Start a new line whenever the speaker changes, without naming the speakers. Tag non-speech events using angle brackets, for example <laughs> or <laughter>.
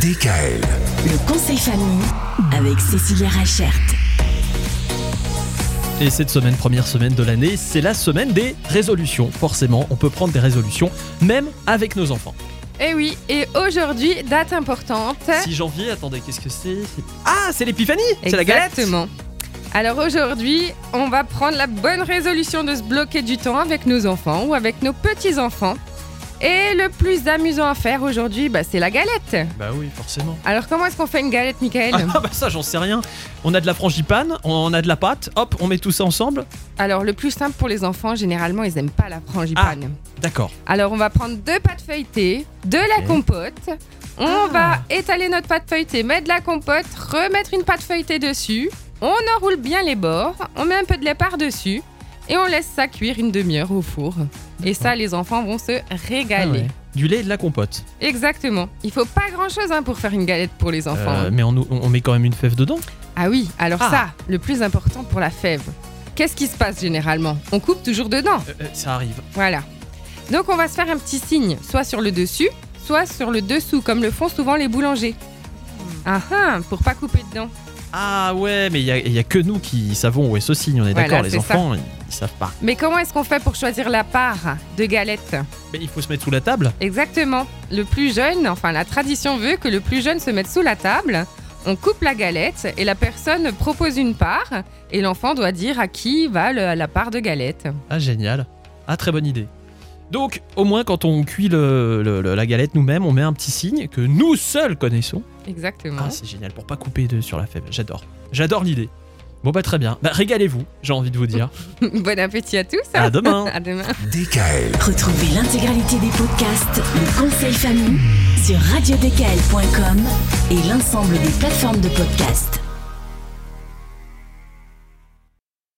DKL.
Le conseil famille avec Cécilia Rachert.
Et cette semaine, première semaine de l'année, c'est la semaine des résolutions. Forcément, on peut prendre des résolutions, même avec nos enfants.
Eh oui, et aujourd'hui, date importante.
6 janvier, attendez, qu'est-ce que c'est Ah, c'est l'épiphanie C'est la galette
Exactement. Alors aujourd'hui, on va prendre la bonne résolution de se bloquer du temps avec nos enfants ou avec nos petits-enfants. Et le plus amusant à faire aujourd'hui, bah, c'est la galette.
Bah oui, forcément.
Alors comment est-ce qu'on fait une galette, Michael
<laughs> Ah bah ça, j'en sais rien. On a de la frangipane, on a de la pâte, hop, on met tout ça ensemble.
Alors le plus simple pour les enfants, généralement, ils n'aiment pas la
Ah,
frangipane.
D'accord.
Alors on va prendre deux pâtes feuilletées, de la
Ok.
compote. On
Ah.
va étaler notre pâte feuilletée, mettre de la compote, remettre une pâte feuilletée dessus. On enroule bien les bords, on met un peu de lait par-dessus et on laisse ça cuire une demi-heure au four. Et ça, les enfants vont se
Ah
régaler.
ouais. Du lait et de la compote.
Exactement. Il faut pas grand-chose hein, pour faire une galette pour les enfants. hein.
Euh, mais on, on met quand même une fève dedans.
Ah oui, alors
Ah.
ça, le plus important pour la fève. Qu'est-ce qui se passe généralement On coupe toujours dedans.
Euh, euh, ça arrive.
Voilà. Donc on va se faire un petit signe, soit sur le dessus, soit sur le dessous, comme le font souvent les boulangers. Ah ah, pour pas couper dedans.
Ah ouais, mais il y a, il y a que nous qui savons où est ce signe, on est
Voilà,
d'accord, les
c'est ça.
enfants, ils, ils savent pas.
Mais comment est-ce qu'on fait pour choisir la part de galette
Mais il faut se mettre sous la table.
Exactement. Le plus jeune, enfin la tradition veut que le plus jeune se mette sous la table. On coupe la galette et la personne propose une part et l'enfant doit dire à qui va le- la part de galette.
Ah génial. Ah très bonne idée. Donc au moins quand on cuit le- le- le- la galette nous-mêmes, on met un petit signe que nous seuls connaissons.
Exactement.
Ah c'est génial pour pas couper de, sur la fève. J'adore. J'adore l'idée. Bon bah très bien. Bah régalez-vous, j'ai envie de vous dire.
<laughs> bon appétit à tous.
À demain.
À demain.
DKL.
Retrouvez l'intégralité des podcasts Le conseil famille sur radiodkl.com et l'ensemble des plateformes de podcasts.